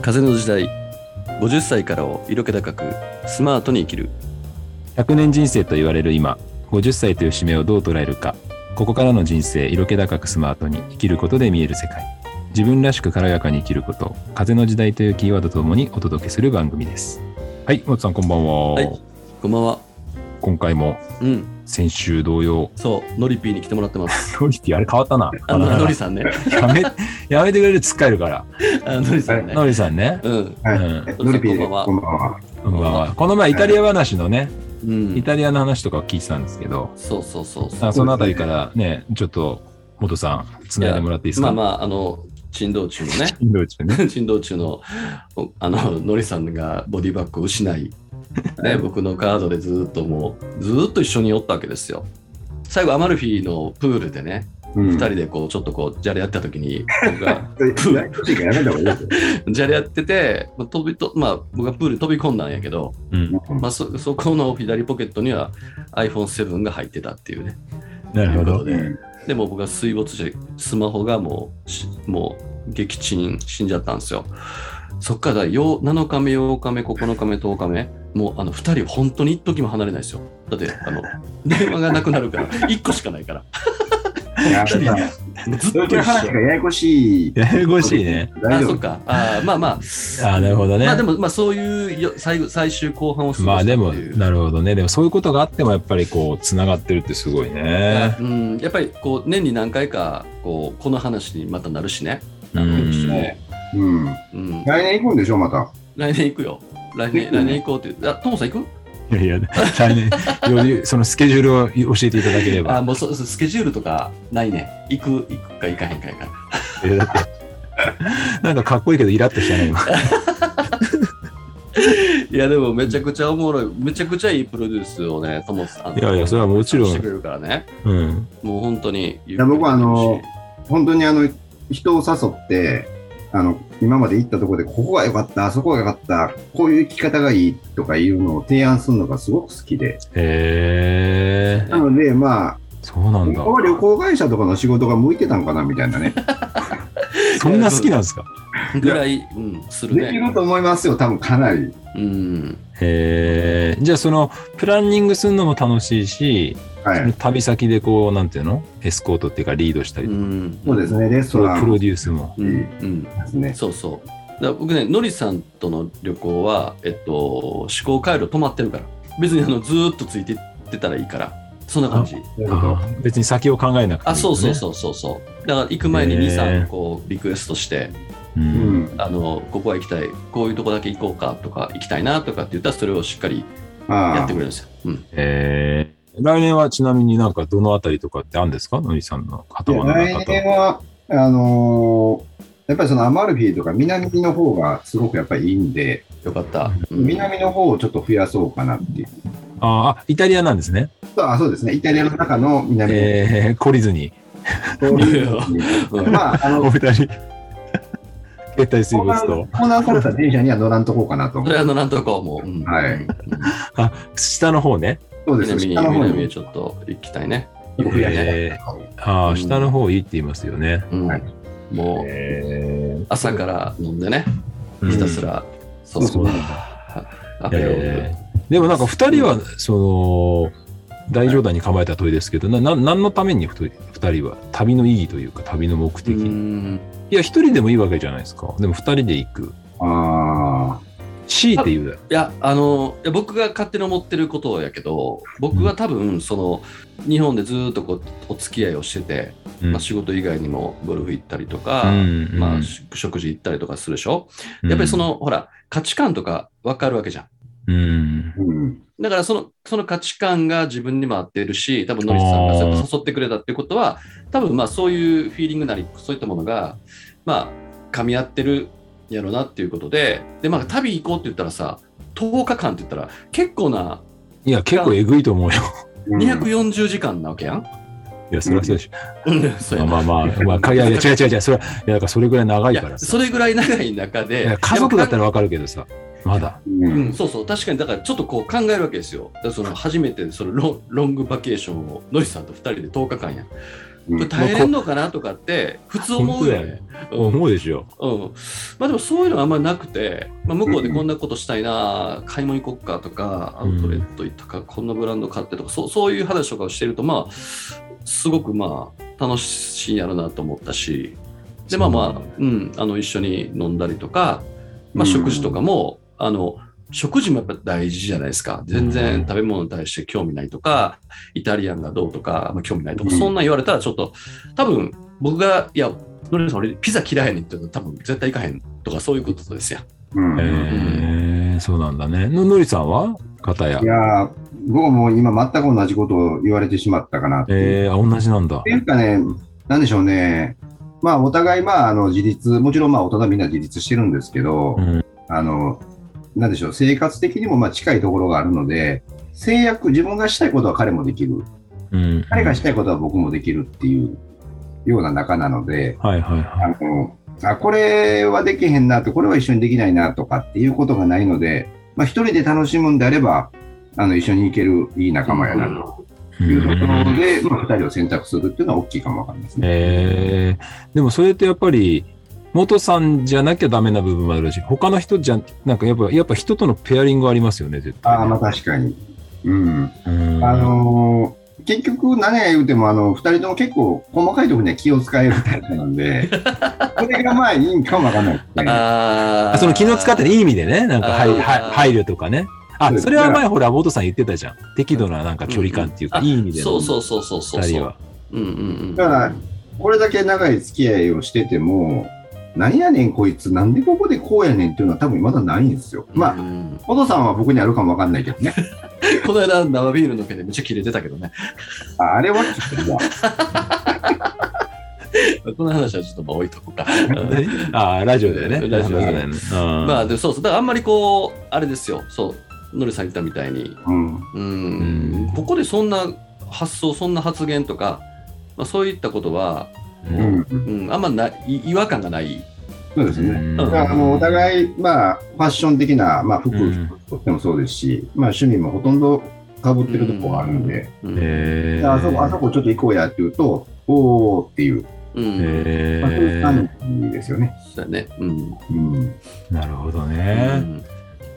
風の時代50歳からを色気高くスマートに生きる100年人生と言われる今50歳という節目をどう捉えるかここからの人生色気高くスマートに生きることで見える世界自分らしく軽やかに生きること風の時代というキーワードとともにお届けする番組ですはい松さんこんばんは、はいこんばんは今回もうん先週同様そうノリピーに来てもらってます ノリティあれ変わったなあのノリさんねやめ やめてくれるつっかえるからあノリさんねノリさんね、うんうはんノリピーでこんばんはこんばんは。こんばんはこの前イタリア話のね、うんイタリアの話とかを聞いてたんですけど、そうそうそうそうあそのあたりからね、ちょっと、元さん、つないでもらっていいですまあかまああの珍道中のね インド宇宙ね。珍道中のおあのノリさんがボディバッグを失い、ね、僕のカードでずっともうずっと一緒におったわけですよ最後アマルフィのプールでねうん二人でこうちょっとこうじゃれ合ってた時に僕 がいやちょっとやめた方がいいですよ。じゃれ合ってて、まあ飛びとまあ、僕がプールに飛び込んだんやけど、うん。まあ、そそこの左ポケットには iPhone7 が入ってたっていうねなるほど。うんでもう僕が水没してスマホがもうしもう撃沈死んじゃったんですよそっからよう7日目8日目9日目10日目もうあの2人本当に一時も離れないですよだって あの電話がなくなるから1個しかないからやめた。ずっそうという一話緒がややこしい。ややこしいね。大あ丈そっ夫。かあーまあまあああ、なるほどね。まあでも、まあ、そういうよ最後最終後半を過ごまあしたでも、っていうなるほどね。でもそういうことがあっても、やっぱりこう、つながってるってすごいね。うん、やっぱりこう年に何回かこうこの話にまたなるしね、う一緒ん。ねううん。ん、来年行くんでしょ、また。来年行くよ来年来年行こうってあトモさん行くいやいや、来年、よりそのスケジュールを教えていただければ。あもうそうそうスケジュールとかないね行く行くか行かへんか行かへんかいやだって なんかかっこいいけど、イラッとしたね、今。いやでもめちゃくちゃおもろいめちゃくちゃいいプロデュースをねトモさんいやいや、それはもちろしてくん。れるからねうん。もう本当にいや僕はあの本当にあの、人を誘って、あの、今まで行ったところで、ここが良かった、あそこが良かった、こういう生き方がいいとかいうのを提案するのがすごく好きで。へえ。なので、まあ、そうなんだ僕。は旅行会社とかの仕事が向いてたんかな、みたいなね。そんな好きなんですかぐらい、うん、するできねると思いますよ、多分かなり。うんへえじゃあそのプランニングするのも楽しいし、はい。旅先でこうなんていうのエスコートっていうかリードしたりうとか、んそうですね、レスそトれラをプンロデュースもうんうんですね。そうそう。だから僕ね、ノリさんとの旅行は、えっと、思考回路止まってるから。別にあのずーっとついてってたらいいから。そんな感じ。ああ別に先を考えなくていい、あ、そうそうそうそうそう。だから行く前にへー2、3こうリクエストして、う、うんん。あの、ここは行きたい、こういうとこだけ行こうかとか、行きたいなとかって言ったら、それをしっかりやあってくれるんですよ。うん。へえ来年はちなみになんかどのあたりとかってあるんですかのりさんのあ。いや頭の中来と年は、あのーやっぱりそのアマルフィとか南の方がすごくやっぱりいいんで、よかった。うん南の方をちょっと増やそうかなっていう。ああイタリアなんですねそうあそうですね、イタリアの中の南のええ懲りずに方いやうんまあ、あ おの、二人携帯水コーナ没とーされた電車には乗らんとこうかなとそ思 れう。はあの、なんとかもう。うんはいうん下の方ねそうで南すに、下の方南へにちょっと行きたいね。ちょっと増やしたいえああ下の方いいって言いますよね、うんはいもう、え朝から飲んでね、えひたすら、そそうなんアペロえーでもなんか2人はその大冗談に構えた問いですけどなな何のために2人は旅の意義というか旅の目う的、いんや1人でもいいわけじゃないですかでも2人で行くあ強いて言ういやあのいや僕が勝手に思ってることやけど僕は多分その日本でずっとこうお付き合いをしてて、うんまあ、仕事以外にもゴルフ行ったりとうか、んうんまあ、し食事行ったりとかするでしょうんやっぱりその、ほら価値観とか分かるわけじゃんうんあ、うん。だからそのその価値観が自分にも合っているし多分ノリスさんがあーそうやって誘ってくれたっていうことは多分まあそういうフィーリングなりそういったものがまあ噛み合ってるやろなっていうことででまあ旅行こうって言ったらさ10日間って言ったら結構ないや結構えぐいと思うようん240時間なわけやん。 いやそれはそうでしうん、そうょやなまあまあまあ、まあ、いやいや違う違う違うそれはいやだからそれぐらい長いいからやさそれぐらい長い中いでや家族だったら、らわかるけどさまだううん、ん。そうそう確かにだからちょっとこう考えるわけですよだからその初めてそのロンロングバケーションをノリスさんと2人で10日間やうんこれ耐えれんのかなとかって普通思うよね。うん思うでしょ。うん、まあでもそういうのはあんまりなくて、まあ、向こうでこんなことしたいな、買い物行こっかとかアうんウトレット行ったか、こんなブランド買ってとかそうそういう話とかをしてるとまあすごくまあ楽しいんやろなと思ったしでまあまあ,、うん、あの一緒に飲んだりとか、まあ、食事とかも、あの食事もやっぱ大事じゃないですか全うん然食べ物に対して興味ないとかイタリアンがどうとか、まあ、興味ないとか、うんそんなん言われたらちょっと多分僕がいやノリさん俺ピザ嫌いやねんって言うと多分絶対行かへんとかそういうことですよ。うんへえ、そうなんだね。ののりさんは片やい。やー、僕も今全く同じことを言われてしまったかなっていう。えー、あ同じなんだって。いうかね、なんでしょうね。まあ、お互い、まあ、あの、自立、もちろん、まあ、大人みんな自立してるんですけど、うんあの、なんでしょう、生活的にも、まあ、近いところがあるので、制約、自分がしたいことは彼もできる。うん。彼がしたいことは僕もできるっていうような仲なので、はいはいはあの、あ、これはできへんなと、これは一緒にできないなとかっていうことがないので、まあ、一人で楽しむんであれば、あの、一緒に行けるいい仲間やない。というとこうんろで、まあ、二人を選択するっていうのは大きいかもわかんないですね。えー、でもそれってやっぱり元さんじゃなきゃダメな部分もあるし他の人じゃなんかやっぱやっぱ人とのペアリングはありますよね絶対ねああ、まあ確かに。うん。うんあのー結局何や言うても、あの、二人とも結構細かいところには気を使えるタイプな んで、それがまあいいんかもわかんないですね。ああその気の使っていい意味でねなんか配あーは配慮とかねそあうそれは前ほら元さん言ってたじゃん適度ななんか距離感っていうか、いい意味でそううそうそうそうそう2人はうんうんうん。だから、これだけ長い付き合いをしてても、何やねんこいつ、なんでここでこうやねんっていうのは多分まだないんですよ。うまあ、んお父さんは僕にあるかもわかんないけどね。この間生ビールのけでめっちゃ切れてたけどね。ああれはちょっと、この話はちょっとまあ置いとこうか。あーラジオでねラジオでね、うんまあでもそうそうだからあんまりこうあれですよそうノリさん言ったみたいにうん。うんうんここでそんな発想そんな発言とか、まあ、そういったことは、ううんん。うん、あんまない違和感がない。そうですね。うんだからもうお互い、まあ、ファッション的な、まあ、服うんとってもそうですし、まあ、趣味もほとんどかぶってるとこがあるんで、うんえでー、あそこ、あそこちょっと行こうやって言うと、おーっていう、うんえまあ、そういうー感、じですよね。そうだね。うんうん。なるほどうね、ん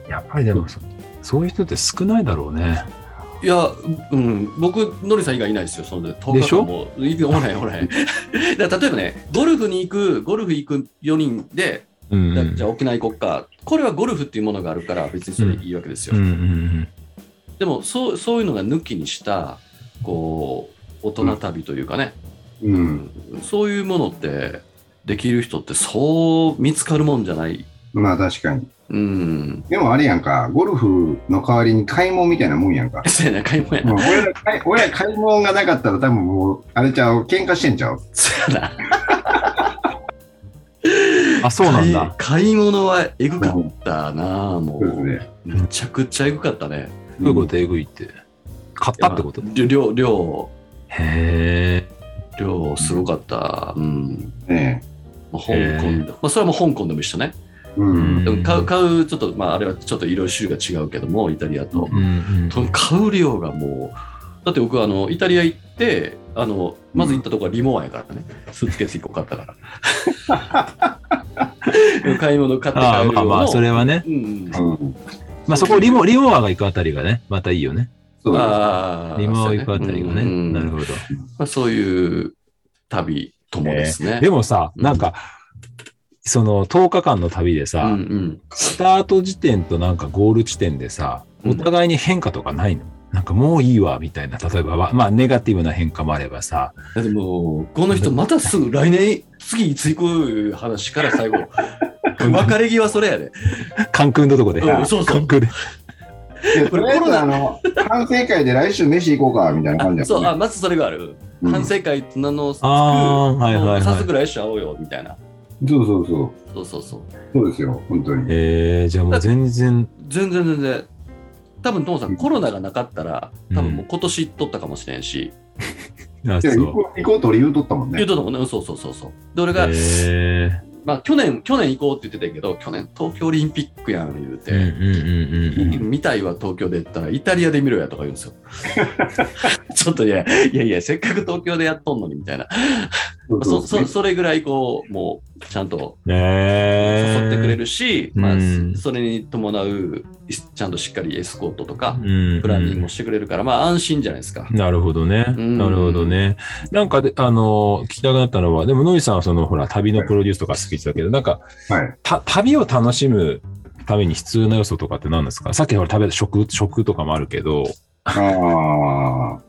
やっぱりでもそそういう人って少ないだろうね。いや、うん、僕、ノリさん以外いないですよ、その10でしょもういやおらへん、おら へん。だから例えばね、ゴルフに行く、ゴルフ行く4人で、うんだじゃあ沖縄行こっか、これはゴルフっていうものがあるから、別にそれでいいわけですよ。うんうんでもそう、そういうのが抜きにした、こう、大人旅というかね、うん。そういうものって、できる人ってそう見つかるもんじゃない。まあ、確かに。うん。でもあれやんか、ゴルフの代わりに買い物みたいなもんやん か。そうやな、買い物やうんな。俺ら買い、俺ら買い物がなかったら多分もう、あれちゃう、喧嘩してんちゃう。そうやな。うんあ、そうなんだ。買い買い物はエグかったな、もそうですう。ね。めちゃくちゃエグかったね。どういうことえぐいって。買ったってこといや量、量、へ量、すごかった。うん。ねまあ、香港へーで、まあ、それはもう香港でも一緒ね。ううんん。でも買う、買う、ちょっと、まあ、あれはちょっと色々種類が違うけども、イタリアとう。んと買う量がもう、だって僕、あの、イタリア行って、あの、まず行ったとこはリモワンやからね。スーツケース1個買ったから。買い物買ってああ帰るまあ量まあ、の。それはね。うんうん。うん。まあそこリモ、リモアが行くあたりがね、またいいよね。そうだ。ああリモア行くあたりがね。うんなるほど。まあ、そういう旅ともですね。でも、もさ、うんなんか、その10日間の旅でうさ、んうん、スタート時点となんかゴール地点でさ、お互いに変化とかないの、なんかもういいわみたいな、例えばわ、まあネガティブな変化もあればさ、だってもう、この人またすぐ来年、次いつ行くいう話から 最後、別れ際それやで。関空のとこで、うんそうそう関空で。でことれりあえず、あの、反省会で来週飯行こうか、みたいな感じやそもう、んねあ、まずそれがある。うん反省会って名のつく、あーはいはいはもうい早速来週会おうよ、みたいな。そうそうそう。そうそうそう。そうですよ、本当に。えー、じゃあもう全然、全然全然。多分、トモさ、うんんコロナがなかったら、多分もう今年行っとったかもしれんし、あいやそ行う。こう行こうと俺言うとったもん言うね。とったもんね、うんそうそうそうそう。で、俺が、えーまあ去年、去年行こうって言ってたけど、去年東京オリンピックやん言うて、うんうんうんうん見たいは東京でやったら、イタリアで見ろやとか言うんですよ。 ちょっといや、いやいや、せっかく東京でやっとんのにみたいな。そそそれぐらいこう、もうちゃんとね誘ってくれるるし、うんまあうん、それに伴う、いちゃんとしっかりエスコートとか、ププランニングをしてくれるから、まあ安心じゃないですか。なるほどね。うんなるほどね。なんかで、あの、聞きたくなったのは、でも、ノイさんはその、ほら、旅のプロデュースとか好きだけど、なんか、はい。た旅を楽しむために必要な要素とかって何ですかさっきほら、食べた食、食とかもあるけど、あー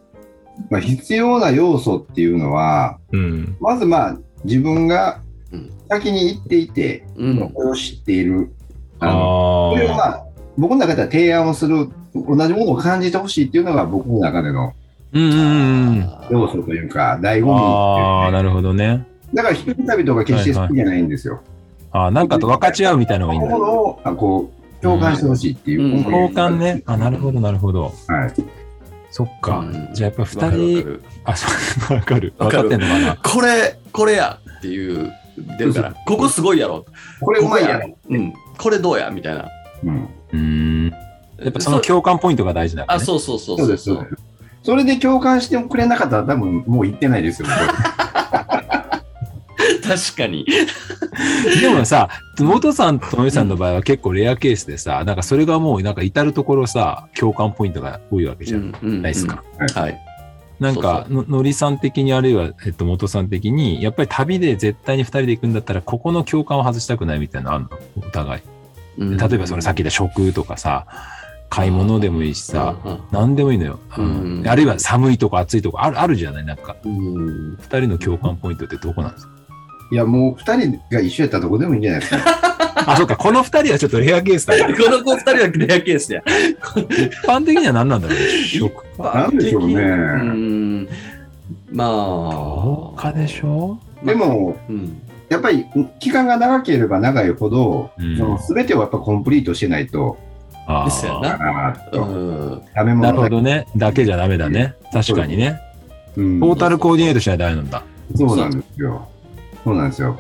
まあ、必要な要素っていうのは、うん。まずまあ、自分がうん先に行っていて、うん。これを知っている。ああのあこれをまあ、僕の中では提案をする、同じものを感じてほしいっていうのが僕の中でのうんうんうん。あ要素というか、醍醐味っていうああ、かなるほどね。だから一人旅とか決して好きじゃないんですよ。ああ、なんかと分かち合うみたいなのがいいんだものをあこう共感してほしいっていう、うんこういう交換ね。あ、なるほど、なるほど。はい。そっかうん。じゃあ、やっぱわかるわか二人、るあ、そう、分かる。分わかかっるてんのかな。これ、これやっていう、出るから、ここすごいやろ。これうまいやろ。うん。これどうやみたいな。うん。うーん。やっぱそのそう共感ポイントが大事だからあ、ね。そうそうそうそうです。そうですそれで共感してくれなかったら多分もう行ってないですよ。確かに。でもさ、元さんとのりさんの場合は結構レアケースでさ、なんかそれがもうなんか至るところさ、共感ポイントが多いわけじゃんうんないですか。。うんはい。なんかの、のりさん的にあるいは、えっと、元さん的に、やっぱり旅で絶対に二人で行くんだったら、ここの共感を外したくないみたいなのあるのお互い。うん例えばそのさっき言った食とかさ、買い物でもいいしさ、あ何でもいいのよ。うんあるいは寒いとか暑いとかある、あるじゃないなんか、うん二人の共感ポイントってどこなんですかいやもう二人が一緒やったらどこでもいいんじゃないですか。あ、そうか、この二人はちょっとレアケ ースだね。この子二人はレアケースや。一般的には何なんだろうね。食なんでしょうねうん。まあ。かでしょでもうん。やっぱり期間が長ければ長いほど、うんその全てをやっぱコンプリートしてないと、あですよーな。あーっうとん。食べな物るほどね。だけじゃダメだね。確かにね。うんトータルコーディネートしないとダメなんだ。そうなんですよ。そうなんですよ。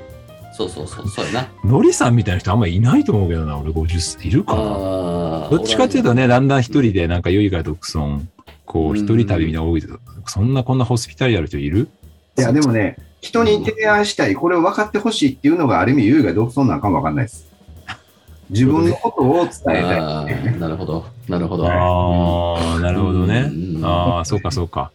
そうそうそう、そうやな。のりさんみたいな人あんまりいないと思うけどな、俺50歳。いるかなあーどっちかっていうとね、だんだん一人でなんか余裕が独尊、こうう、ん一人旅みたいなのが多いけど、そんなこんなホスピタリある人いるいやでもね、人に提案したい、これを分かってほしいっていうのがある意味優雅独尊なのかも分かんないです。自分のことを伝えたいあっていうね。ーなるほど、なるほど。ああ、なるほどね。うんああ、そうかそうか。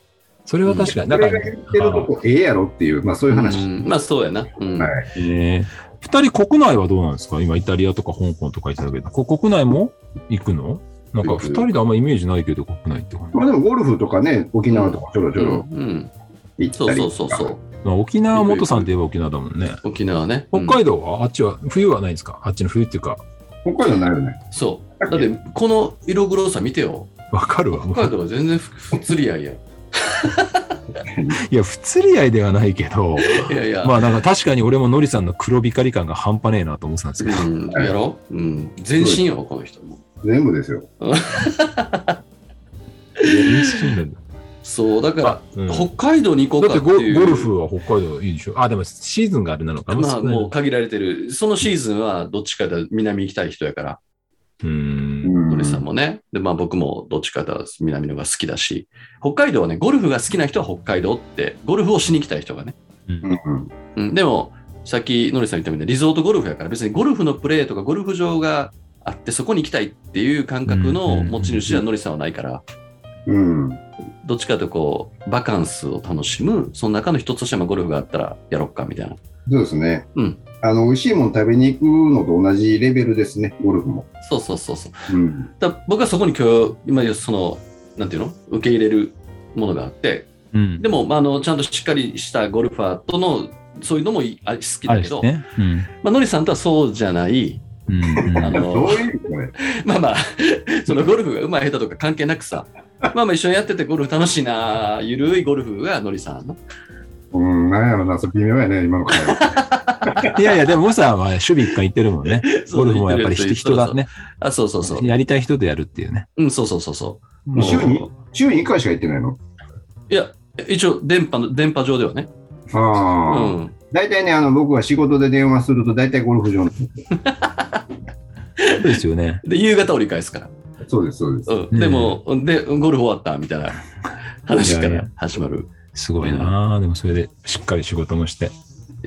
それは確かに。だそかれらが言ってるあことええやろっていう、まあそういう話。んまあそうやな。うんはいえー、二人国内はどうなんですか今イタリアとか香港とか言ってたけど、こ国内も行くのなんか行く二人であんまイメージないけど、国内って感じ。まあでもゴルフとかね、沖縄とかちょろちうょんろうん行っそたうりそうとか。そうそう。まあ、沖縄は元さんといえば沖縄だもんね。沖縄ね。北うん海道はあっちは、冬はないんですかあっちの冬っていうか、北海道になるよね。そう。だって、この色黒さ見てよ。わかるわ。もう北海道は全然不釣り合いやん。いや、不釣り合いではないけど、いやいや。まあなんか確かに俺もノリさんの黒光り感が半端ねえなと思ってたんですけど。うん、やろうん。全身よ、この人も。全部ですよ。そう、だから、うん北海道に行こうだっかてってゴゴいう。ルフは北海道いいでしょあ、でもシーズンがあれなのかなまあ少ないのもう限られてる。そのシーズンはどっちかだ南行きたい人やから、うーん。ノリさんんもね。で、まあ僕もどっちかだ南のが好きだし、北海道はね、ゴルフが好きな人は北海道って、ゴルフをしに行きたい人がね。うんうん、でも、さっきのりさん言ったみたいにリゾートゴルフやから別にゴルフのプレーとかゴルフ場があってそこに行きたいっていう感覚の持ち主はのりさんはないからうん。どっちかというとこうバカンスを楽しむその中の一つとしてまあゴルフがあったらやろっかみたいなそうですね。うんあの、美味しいもの食べに行くのと同じレベルですね、ゴルフも。そうそうそうそううん。だから僕はそこに今日今言うそのなんていうの受け入れるものがあってうんでも、まあ、あのちゃんとしっかりしたゴルファーとのそういうのもいあ好きだあれけですど、ね。うんまあのりさんとはそうじゃないうんうん あのどういう意味これ。まあまあ、 そのゴルフがうまい下手とか関係なくさ、まあまあ一緒にやっててゴルフ楽しいな、ゆるいゴルフがのりさんの。うん、なんやろな、それ微妙やね、今の会話。いやいや、でも、さんは守備一回行ってる もんね。 ゴルフもやっぱり人人がね、あ、そうそうそう。やりたい人とやるっていうね。うん、そうそうそうそもう週に週に1回しか行ってないのう。いや、一応電波の、電波上ではね。うああ、ん。大体ね、あの、僕は仕事で電話すると、大体ゴルフ場の。そうですよね。で、夕方折り返すから。そうです、そうです。うん。でも、で、ゴルフ終わったみたいな話かいやいらや始まる。すごいなあでもそれでしっかり仕事もして、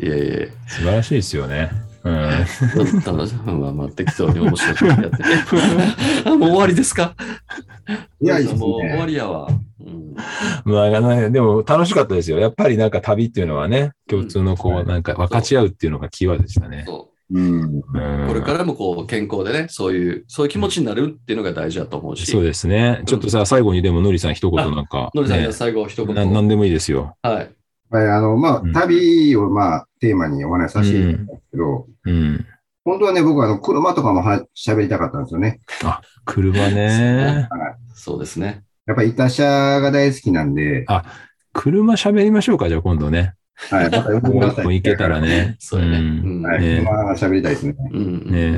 いやいやいや。素晴らしいですよね。うん。楽しい。まあまあ、適当に面白いことやって。あ もう終わりですかいや、いいですもう終わね。りやわ。うんまあ、ね、でも楽しかったですよ。やっぱりなんか旅っていうのはね、共通のこはう、いなんか分かち合うっていうのがキーワードでしたね。そうううん。んこれからもこう健康でね、そういう、そういう気持ちになるっていうのが大事だと思うし、そうですね。ちょっとさ、最後にでものりさん一言なんか、のりさんねが最後一言、ななんでもいいですよ。はい。はい、あの、まあうん、旅を、まあ、テーマにお話しさせていただいたんですけど、うん。本当はね、僕は、あの、車とかもは喋りたかったんですよね。車ね。そうですね。やっぱり、イタ車が大好きなんで、車喋りましょうか、じゃあ今度ね。 はい、また呼んでもくうだ一さい。本行けたら。ね。そうやね。ううんん。はい、ねまあ、喋りたいですね。うんね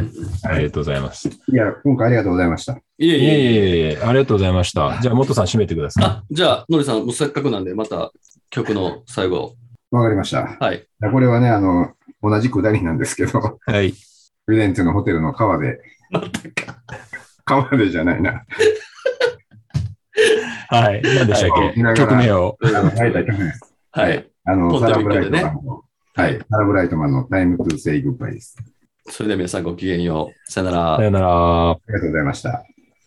はいありがとうございます。いいや、今回ありがとうございました。いえいええいいえ。えいえ、ありがとうございました。じゃあ、元さん締めてくださあ、じゃあ、のりさん、もうせっかくなんで、また曲の最後。わかりました。はい。じゃあこれはね、あの、同じくだりなんですけど、 い。はい。ルデンツのホテルの川で、川でじゃないな。はい。何でしたっけ、はい曲名を。あのはい、大丈夫です。はい。あポの、ンテサビッラ・クブライでトねマンの、はい、サラ・ブライトマンのタイム・トゥ・セイ・グッバイです。それでは皆さんごきげんよう。さよならさ。よなら。ありがとうございました。